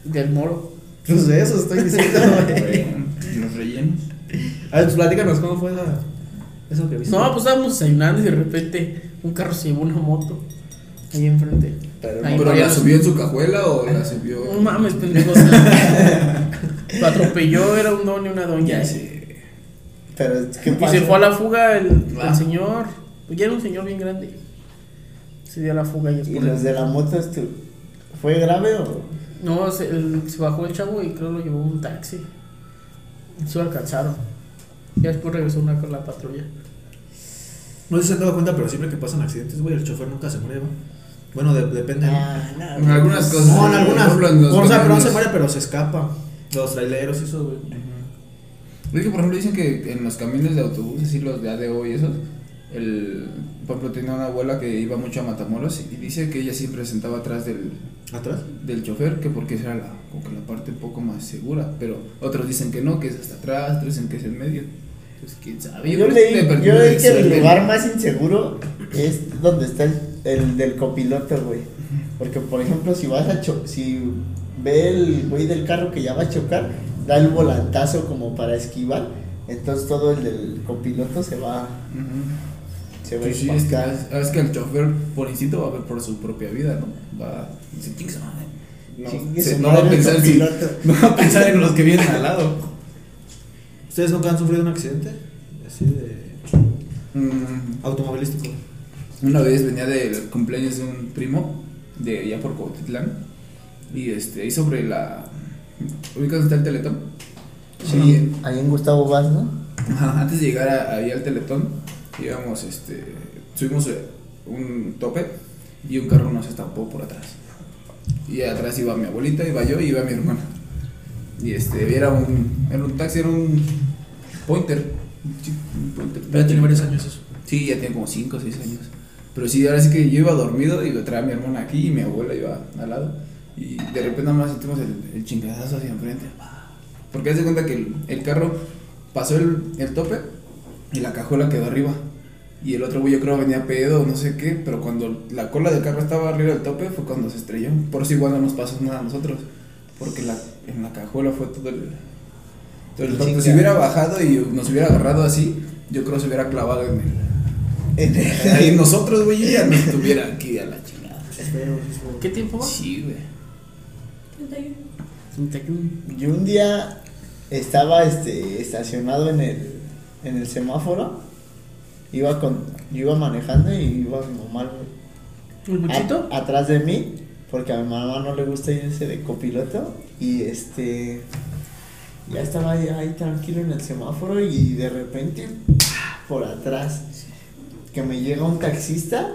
Del moro. Pues de eso estoy diciendo, güey. Los rellenos. A ver, pues platícanos cómo fue esa- eso que viste. No, pues estábamos desayunando y de repente un carro se llevó una moto. Ahí enfrente. Pero Ahí ¿Pero varios- la subió en su cajuela o la subió? No mames, pendejos. Lo atropelló, era un don y una doña. Ya eh. sé. Pero, ¿qué Y pasó? se fue a la fuga el, Ah. el señor. Pues ya era un señor bien grande. Se dio a la fuga ellos ¿Y por él. los de la moto estu- fue grave o...? No, se, el- se bajó el chavo y creo lo llevó un taxi. Se lo alcanzaron. Ya después regresó una con la patrulla. No sé si se han dado cuenta, pero siempre que pasan accidentes, güey, el chofer nunca se muere, güey. Bueno, de- depende. Pues, Ah, no, En algunas No, cosas. en algunas. Por ejemplo, en los o sea, pero no camiones. se muere, pero se escapa. Los traileros y eso, güey. Es que, por ejemplo, dicen que en los camiones de autobús, así los de ADO y esos, el, por ejemplo, tenía una abuela que iba mucho a Matamoros y dice que ella siempre se sentaba atrás del, ¿Atrás? del chofer, que porque esa era la, como que la parte un poco más segura, pero otros dicen que no, que es hasta atrás, otros dicen que es en medio. Pues quién sabe. Yo creo que leí, te permite yo leí que el ser lugar más inseguro es donde está el, el del copiloto, güey. Porque, por ejemplo, si vas a cho- si ve el güey del carro que ya va a chocar, da el volantazo como para esquivar, entonces todo el del copiloto se va, Ujú. se va a Pues sí, es que, impactar. es que el chofer por instinto va a ver por su propia vida, ¿no? Va, dice, "Chingue su madre". Chingue No, se- su no va a madre el pensar si- copiloto. no va a pensar en los que vienen al lado. ¿Ustedes nunca han sufrido un accidente? Así de. Mm, automovilístico. Una vez venía del cumpleaños de un primo, de allá por Cuautitlán, y este, ahí sobre la... ¿Ubicas dónde está el teletón? Sí, ahí en Gustavo Vaz, ¿no? Ajá, Antes de llegar a- ahí al teletón, íbamos, este, subimos eh, un tope y un carro nos estampó por atrás. Y atrás iba mi abuelita, iba yo y iba mi hermana. Y este, era un, era un taxi, era un pointer. un chi- un pointer Ya tiene varios años eso. Sí, ya tiene como 5 o 6 años. Pero sí, ahora sí que yo iba dormido y lo traía a mi hermana aquí y mi abuela iba al lado. Y de repente nada más sentimos el, el chingadazo hacia enfrente. Porque haz de cuenta que el, el carro pasó el, el tope y la cajuela quedó arriba. Y el otro güey yo creo venía pedo, no sé qué, pero cuando la cola del carro estaba arriba del tope fue cuando se estrelló. Por eso igual no nos pasó nada a nosotros. Porque la, en la cajuela fue todo el... Todo el tope. Si hubiera bajado y nos hubiera agarrado así, yo creo que se hubiera clavado en el... Ahí nosotros, güey, yo ya no estuviera aquí a la chingada. ¿Qué tiempo va? Sí, güey. Yo un día estaba este, estacionado en el, en el semáforo. Iba con, yo iba manejando y iba mi mamá güey. ¿El muchito? A- atrás de mí, porque a mi mamá no le gusta irse de copiloto. Y este ya estaba ahí, ahí tranquilo en el semáforo y de repente ¡pah! por atrás que me llega un taxista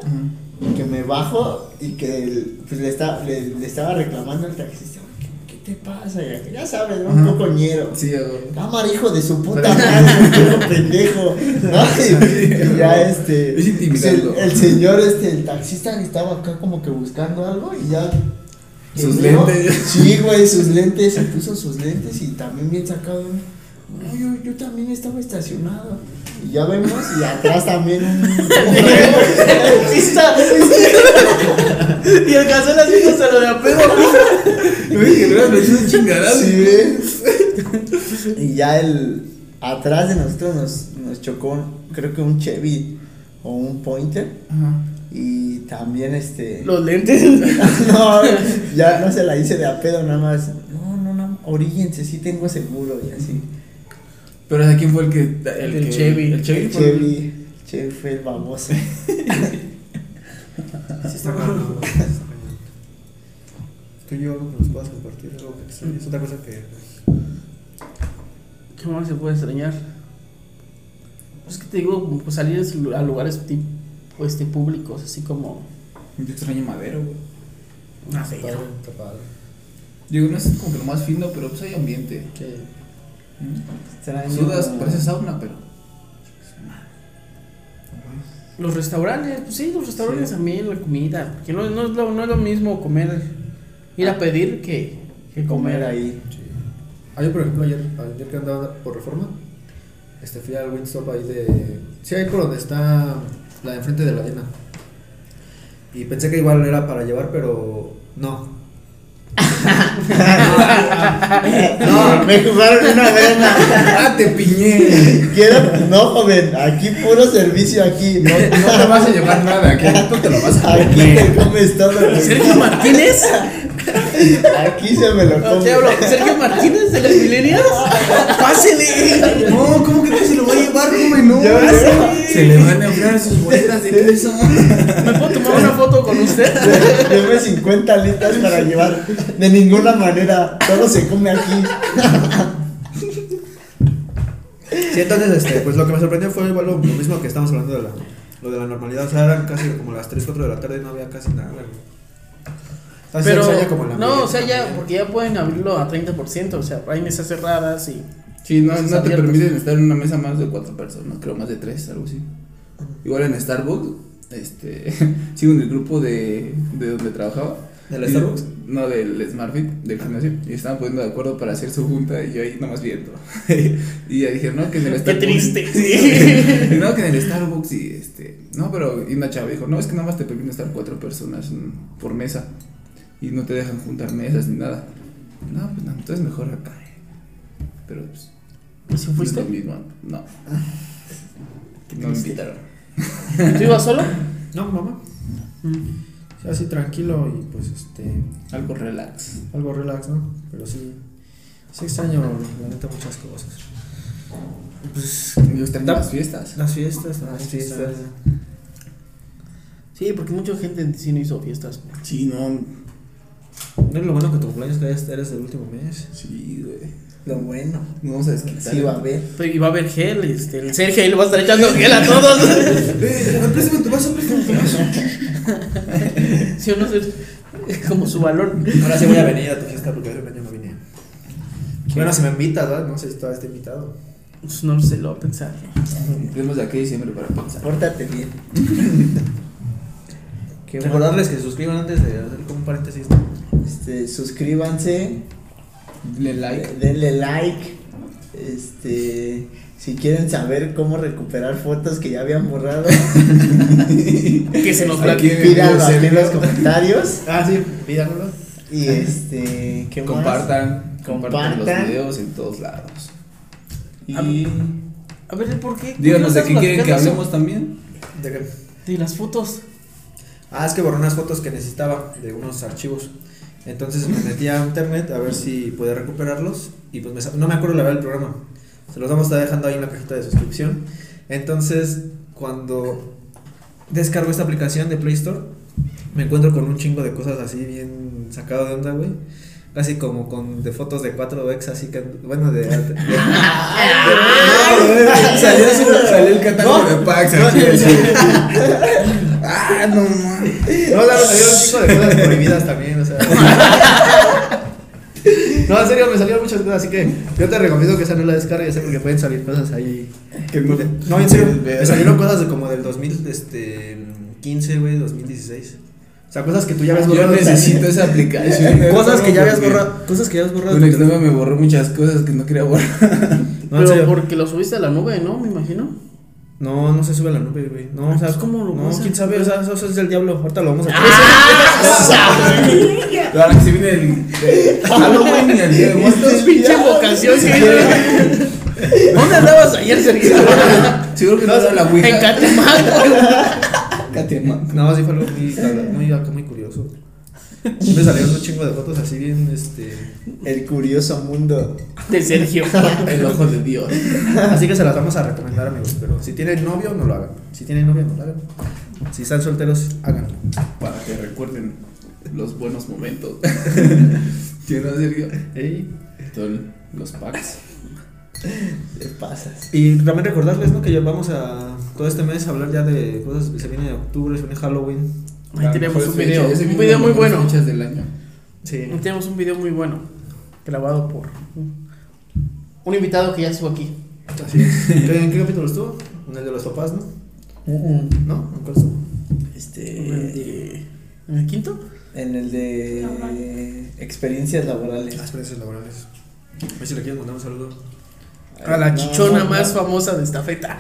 que me bajo y que el- pues, le, está- le, le estaba reclamando al taxista, ¿qué, qué te pasa? Ya, ya sabes, ¿no? un Ajá. poco ñero. Sí, güey. Cámara, hijo de su puta madre, perro pendejo. ¿no? Y ya este. Es intimidando. se- El, señor, este, el taxista que estaba acá como que buscando algo y ya. Sus que vio- lentes. Sí, güey, sus lentes. Se puso sus lentes y también bien sacado. No, yo, yo también estaba estacionado. Y ya vemos, y atrás también. un- Está- y alcanzó las hijas a lo de apego. Güey, que le hubieras metido un chingadazo. Sí, ¿ves? Y ya el. Atrás de nosotros nos, nos chocó, creo que un Chevy o un Pointer. Ajá. Y también este. Los lentes. no, ya no se la hice de a pedo, nada más. No, no, no, oríllense, sí tengo seguro y así. Pero ¿a quién fue el que. El, El que- Chevy. El Chevy. El fue el- Chevy, el Chevy fue el baboso. Sí, está cañón. güey, sí está cañón. Tú y yo algo que nos puedas compartir, algo que extrañes, otra cosa que. pues, ¿Qué más se puede extrañar? Pues que te digo, pues salir es lu- a lugares ti- o este, públicos, así como. Yo extraño Madero, güey. Una Está padre. Digo, no es como que lo más fino, pero pues hay ambiente. Mm. Extraño. Sudas, parece sauna, pero. Los restaurantes, pues sí, los restaurantes también, la comida. Porque no, no, es lo, no es lo mismo comer, ir a pedir que, que comer comer ahí. ahí. Ah, yo, por ejemplo, ayer, ayer que andaba por reforma, este, fui al Wingstop ahí de. Sí, ahí por donde está la de enfrente de la arena. Y pensé que igual era para llevar, pero no. No, me jugaron una vena. ¡Ah, te piñé! Quiero, no, joven, aquí puro servicio, aquí. No, No te vas a llevar nada, aquí tú te lo vas a Aquí comer. te comes todo. güey. Sergio Martínez. Aquí se me lo No, come. te hablo. Sergio Martínez de los Millennials. Pásele. No, ¿cómo que te se lo va a llevar, güey? No, Ya güey. sé. se le van a enfriar sus boletas de queso. ¿Me puedo tomar una foto con usted? Lleve 50 alitas para llevar. De ninguna manera, todo se come aquí. Sí, entonces, este, pues lo que me sorprendió fue igual lo, lo mismo que estamos hablando de la, lo de la normalidad. O sea, eran casi como las 3, 4 de la tarde y no había casi nada. Ah, güey. Pero, O sea, ya como la no, o sea, media, ya, porque ya pueden abrirlo a 30%, o sea, hay mesas cerradas y... Sí, no, mesas no te abiertas. permiten estar en una mesa más de cuatro personas, creo más de tres, algo así. Igual en Starbucks, este, sigo en el grupo de, de donde trabajaba. ¿De la Y- Starbucks? No, del SmartFit, del gimnasio. Y estaban poniendo de acuerdo para hacer su junta y yo ahí nomás viendo. y ya dijeron, no, que en el Starbucks. triste. Sí. no, que en el Starbucks y este. No, pero. Y una chava dijo, no, es que nada más te permiten estar cuatro personas mm, por mesa. Y no te dejan juntar mesas ni nada. No, pues no, entonces mejor acá. Pero pues. ¿Y si no es fuiste? lo mismo, No. No me triste. invitaron. ¿Tú ibas solo? No, mamá. Mm. O sea, así tranquilo y pues este. Algo relax. Algo relax, ¿no? Pero sí. Sí extraño, la neta, muchas cosas. Pues. Me gustan Da- las fiestas. Las fiestas, las, Las fiestas. fiestas. Sí, porque mucha gente sí no hizo fiestas. Sí, no. No es lo bueno que tu cumpleaños que ya eres del último mes. Sí, güey. Lo bueno. Nos vamos a desquitar. eh. Sí va a haber. Pero iba a haber gel, este, el Sergio ahí le va a estar echando gel a todos. Eh, préstame tu vaso, préstame tu vaso. ¿Sí o no, Sergio? Como su balón. Ahora sí voy a venir a tu fiesta porque hace un año no vine. Bueno, si me invitas, ¿verdad? No sé si todavía está invitado. Pues no se lo va a pensar. Tenemos de aquí a diciembre para pensar. Pórtate bien. Qué bueno. Recordarles que suscriban antes de hacer como un paréntesis. ¿no? Este, suscríbanse, Le like. denle like. Este, si quieren saber cómo recuperar fotos que ya habían borrado, Que se nos Aquí en el pídanlo video aquí en los serio. comentarios. Ah, sí, pídanlo. Y este, ¿qué más? Compartan, compartan los Compartan. videos en todos lados. Y A ver, ¿por qué? Díganos de ¿Por qué no quieren que estás hablemos también. ¿De qué? platicando De las fotos. Ah, es que borré unas fotos que necesitaba de unos archivos. Entonces me metí a internet a ver si podía recuperarlos. Y pues me sa- no me acuerdo la verdad del programa. Se los vamos a estar dejando ahí en la cajita de suscripción. Entonces, cuando descargo esta aplicación de Play Store, me encuentro con un chingo de cosas así bien sacado de onda, güey. Casi como con de fotos de 4X, así que, bueno, de... de- de- salió, su- salió el catálogo de Pax. así, así. ah, no mames. No, la verdad, había un chico de cosas prohibidas también, o sea. No, en serio, me salieron muchas cosas, así que yo te recomiendo que esa no la descargues, ¿eh? porque pueden salir cosas ahí. que- no, en serio, me salieron cosas de como del 2015, güey, 2016. O sea, cosas que tú ya habías Yo borrado. necesito esa aplicación. Cosas que ya habías Porque borrado. Cosas que ya habías borrado. Un exnovio me borró muchas cosas que no quería borrar. No, en pero serio. porque lo subiste a la nube, ¿no? Me imagino. No, no se sube a la nube, güey. No, o sea, Pues, ¿cómo lo No, vas a- Ah. quién sabe, o sea, eso eso es del diablo. Ahorita lo vamos a Ah, Ahora que se viene el, el Halloween y el día de muertos. Este Pinche vocación que ¿Dónde andabas ayer, Sergio? Seguro que no era la En Ouija. Catemaco. Catemaco. No, sí fue algo muy, cabr- muy, acá muy curioso. Sí Me salieron un chingo de fotos así bien, este... el curioso mundo. De Sergio. El ojo de Dios. Así que se las vamos a recomendar, amigos, pero si tienen novio, no lo hagan. Si tienen novia, no lo hagan. Si están solteros, háganlo. Para que recuerden los buenos momentos. ¿Quién no, Sergio? Ey. Todos los packs. Te pasas. Y también recordarles, ¿no? Que ya vamos a... Todo este mes a hablar ya de cosas que se viene de octubre, se viene Halloween. Ahí tenemos Mejores un video. fechas, ya se Un vienen video las muy mejores bueno. fechas del año. Sí. Ahí Tenemos un video muy bueno. Grabado por un un invitado que ya estuvo aquí. Así es. ¿Qué- ¿En qué capítulo estuvo? En el de los papás, ¿no? ¿No? ¿En cuál estuvo? Este, ¿En el quinto? en el de experiencias laborales. Las experiencias laborales. A ver si le quieren mandar un saludo. A la No, chichona no. más famosa de esta feta.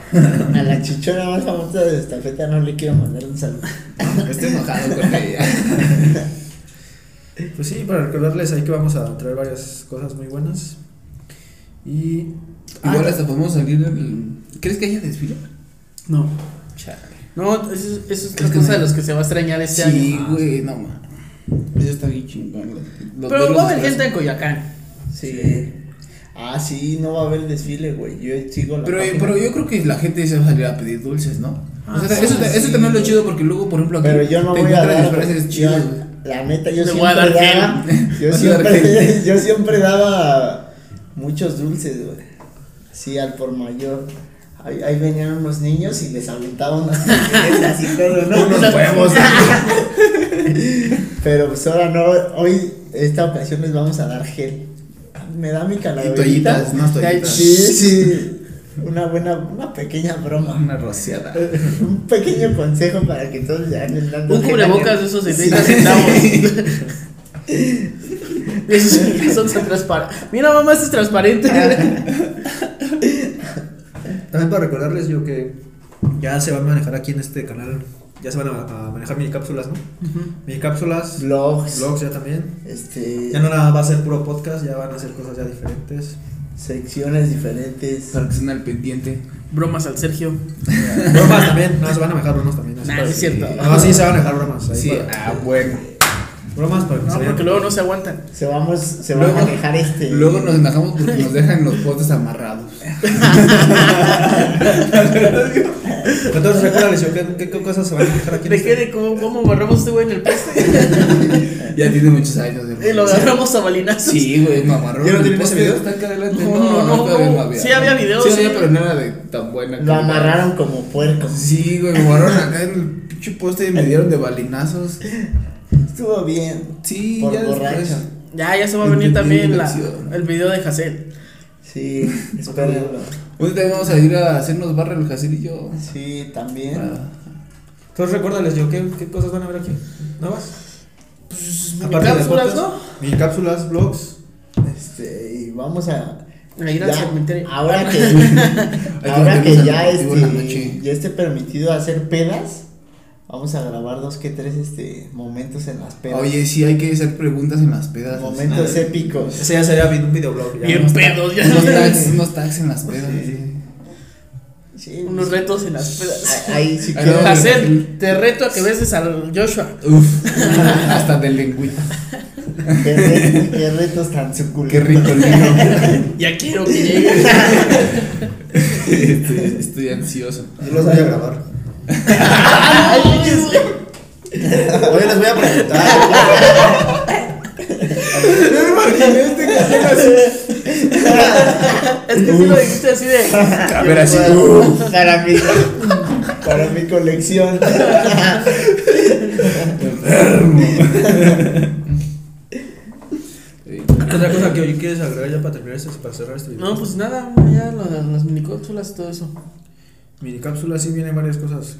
A la chichona más famosa de estafeta no le quiero mandar un saludo. Estoy enojado con ella. Pues sí, para recordarles ahí que vamos a traer varias cosas muy buenas. Y. Ah. Igual hasta podemos salir del. ¿Crees que haya desfile? No. Chale. No, eso, es- eso es otra Es que cosa no. de los que se va a extrañar este Sí, año. güey, no mames. Eso está bien chingón. Lo- lo- Pero verlos va a haber disfrazados. gente en Coyacán. Sí. Ah, sí, no va a haber desfile, güey. Yo sigo la Pero, página. pero yo creo que la gente se va a salir a pedir dulces, ¿no? Ah, o sea, sí, eso, ta- eso sí. también es lo chido porque luego, por ejemplo, aquí Pero yo no te voy a encuentras dar. disfraces yo- chidos. la neta, yo Le siempre voy a dar daba. Yo Vas a dar siempre, gel. yo siempre daba muchos dulces, güey. Sí, al por mayor. Ahí, ahí venían unos niños y les aventaban unas tarjetas y todo, ¿no? Unos huevos. Pero pues ahora no, hoy, esta ocasión les vamos a dar gel. Ah, Me da mi calaverita. toallitas, unas toallitas. Sí, sí. Una buena, una pequeña broma. Una rociada. Un pequeño consejo para que todos le anden dando Un gel a- cubrebocas de esos de 30 centavos. De esos que son transparentes. Mira, mamá, este es transparente. También para recordarles yo que ya se va a manejar aquí en este canal, ya se van a, a manejar mini cápsulas, ¿no? Mini cápsulas, Blogs. blogs ya también. Este. Ya no nada va a ser puro podcast, ya van a ser cosas ya diferentes. Secciones diferentes. Para que estén al pendiente. Bromas al Sergio. Bromas también, no, se van a manejar bromas también. Nah, no es cierto. Pues No, sí, se van a manejar bromas. ahí Sí, para- ah, bueno. Bromas para que No, se vean. porque luego no se aguantan. Se vamos, se va Luego- a manejar este. Luego nos enojamos porque nos dejan los postes amarrados. Entonces, recuérdales yo qué, qué- qué cosas se van a manejar aquí. en ¿De este- qué? ¿De cómo, cómo agarramos este güey en el poste? Ya tiene muchos años, Y lo hermano. agarramos a balinazos. Sí, güey, me amarraron. ¿Ya no el tienen ese poste, video? Está acá adelante. No, no, todavía no. Sí había video, Sí, sí. había, pero no era de tan buena. Lo calidad. amarraron como puerco. Sí, güey, me amarraron acá en el pinche poste y me dieron de balinazos. Estuvo bien. Sí, Por ya después. borracho. Ya, ya se va a venir Entendí también la- diversión. el video de Hassel. Sí, espérenlo. Un día vamos a ir a hacernos barra el Jacir y yo. Sí, también. Ah. Entonces, recuérdales yo qué, qué cosas van a ver aquí. Nada más. Aparte de Pues, cápsulas, podcast, Mini cápsulas, blogs. Este, y vamos a. A ir al ya, cementerio. Ahora que, ahora que meternos ya, al cultivo en la noche. este, ya esté permitido hacer pedas, vamos a grabar dos que tres este, momentos en las pedas. Oye, sí, hay que hacer preguntas en las pedas. momentos así, épicos. Ese ya sería un videoblog. ya. Bien pedos, ya. Unos tags, unos tags en las pedas. sí. Sí, Unos retos en las pedas. a- Ahí sí Ahí quiero- vamos. Hassel, te reto a que beses al Joshua. Uf, hasta del lengüita. qué, re- qué retos tan suculentos. Qué rico el vino. Ya quiero que llegue. Estoy, Este, estoy ansioso. Yo los voy a grabar. Hoy les voy a preguntar. Es que si lo dijiste así de. A ver, así. uf. uh. Para mi, para mi colección. ¿Qué otra cosa que hoy quieres agregar ya para terminar esto, para cerrar este video? No, pues nada, ya lo de las minicópsulas y todo eso. Mini cápsula, sí vienen varias cosas.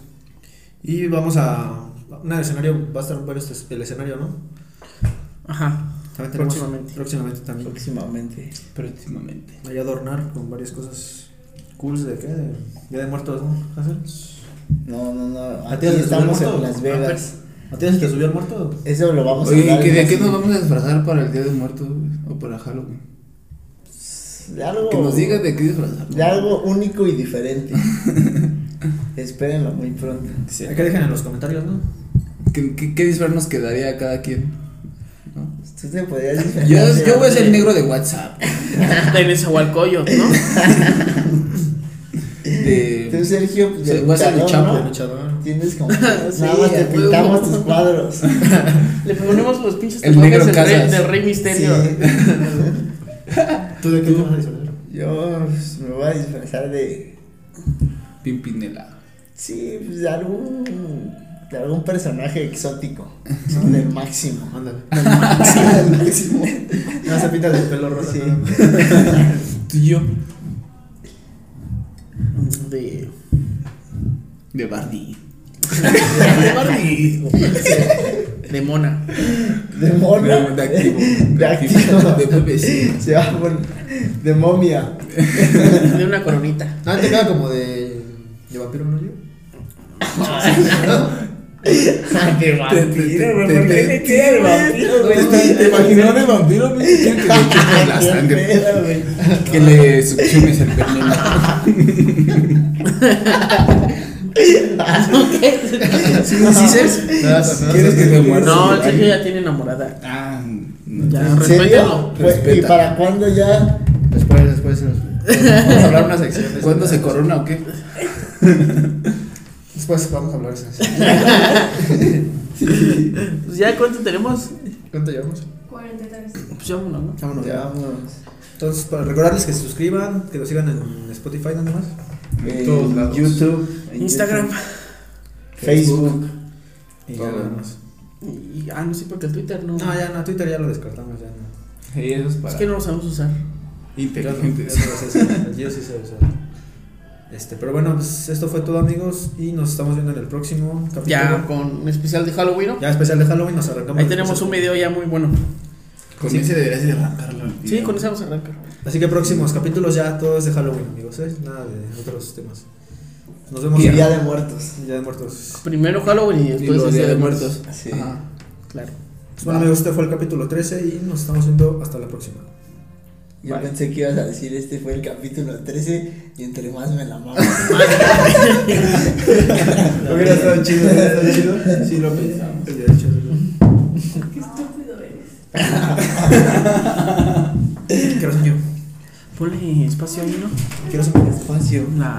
Y vamos a. Un escenario, va a estar bueno este, el escenario, ¿no? Ajá. También tenemos- Próximamente. Próximamente también. Próximamente. Próximamente. Ahí adornar con varias cosas cools de qué? De, ya de muertos, ¿no? Hazel? No, no, no. ¿A ti Aquí has de estamos subir en moto? Las Vegas. Ah, pues, ¿A ti ya se te subió el muerto? Eso lo vamos a Oye, hablar ¿que ¿de en qué las- nos vamos a disfrazar para el Día de Muertos güey? o para Halloween? de algo, Que nos digas de qué disfrazar. de algo único y diferente. Espérenlo muy pronto. Sí. Acá dejen en los comentarios, ¿no? ¿Qué, qué, qué disfraz nos quedaría a cada quien? ¿No? Tú te podrías disfrazar Yo, de- yo voy a ser el negro de WhatsApp. En ese Hualcoyot, ¿no? Tú, De, Sergio, de voy a ser el luchador, Chapo. ¿no? Luchador. Tienes como. nada Sí, más te a huevo. pintamos tus cuadros. Le ponemos los pinches El tatuajes negro del rey, Casas. del rey misterio. ¿Tú de qué te vas a disfrazar? Yo pues, me voy a disfrazar de. Pimpinela. Sí, pues de algún. De algún personaje exótico. ¿no? Del máximo. Ándale. Del máximo. No se pinta el pelo rosa. Sí. nada más. Tú y yo. De. De Barney. De Barbie. De Mona. De mono. De, de activo. De activo. De PPC. Se va a poner. De momia. De una coronita. Ah, te queda como de. ¿De vampiro no yo? Ah, De Te- te- te- te- te- tiene el vampiro, güey? ¿Te, te imaginó de vampiro? güey? Que le chupe la Qué sangre. pedo, güey. Que le succiones el veneno. ¿Sí me dices? ¿Quieres que te muerda? No, el Sergio ya tiene enamorada. Ah, no. Ya, ¿En respétalo. serio? Pues, ¿Y Respeta. para cuándo ya? Después, después. Vamos a hablar una sección. de ¿Cuándo se eso. corona o qué? Después vamos a hablar de eso. Pues ya cuánto tenemos. ¿Cuánto llevamos? Eh, 43. Pues ya vámonos, ¿no? Vámonos. Ya, vámonos. Entonces, para recordarles que se suscriban, que nos sigan en Spotify, nada más. En en todos lados. YouTube, en Instagram. YouTube, Facebook. Y Y nada nada más. Y, ah, no sí, porque el Twitter no. No, ya no, Twitter ya lo descartamos, ya no. Y eso es Es para que no lo sabemos usar. inteligentes. Yo no sé si- Yo sí sé usar. Este, pero bueno, pues esto fue todo, amigos. Y nos estamos viendo en el próximo capítulo. Ya con un especial de Halloween, ¿no? Ya especial de Halloween, nos arrancamos. Ahí el tenemos especial. un video ya muy bueno. Con ese deberías de arrancarlo. el Sí, video. con eso vamos a arrancar. Así que próximos capítulos ya todo es de Halloween, amigos, ¿eh? Nada de otros temas. Nos vemos. Y Día de Muertos. Día de Muertos. Primero Halloween y Y luego después el Día de Muertos. Sí. Ajá. Claro. Pues bueno, amigos, este fue el capítulo 13 y nos estamos viendo hasta la próxima. Yo pensé que ibas a decir este fue el capítulo 13 y entre más me la mamo. Hubiera estado chido, hubiera estado chido. Sí, lo pensamos. Hubiera hecho eso. Qué estúpido eres. Quiero sueño. Ponle espacio ahí, ¿no? Quiero este sueño. Espacio. La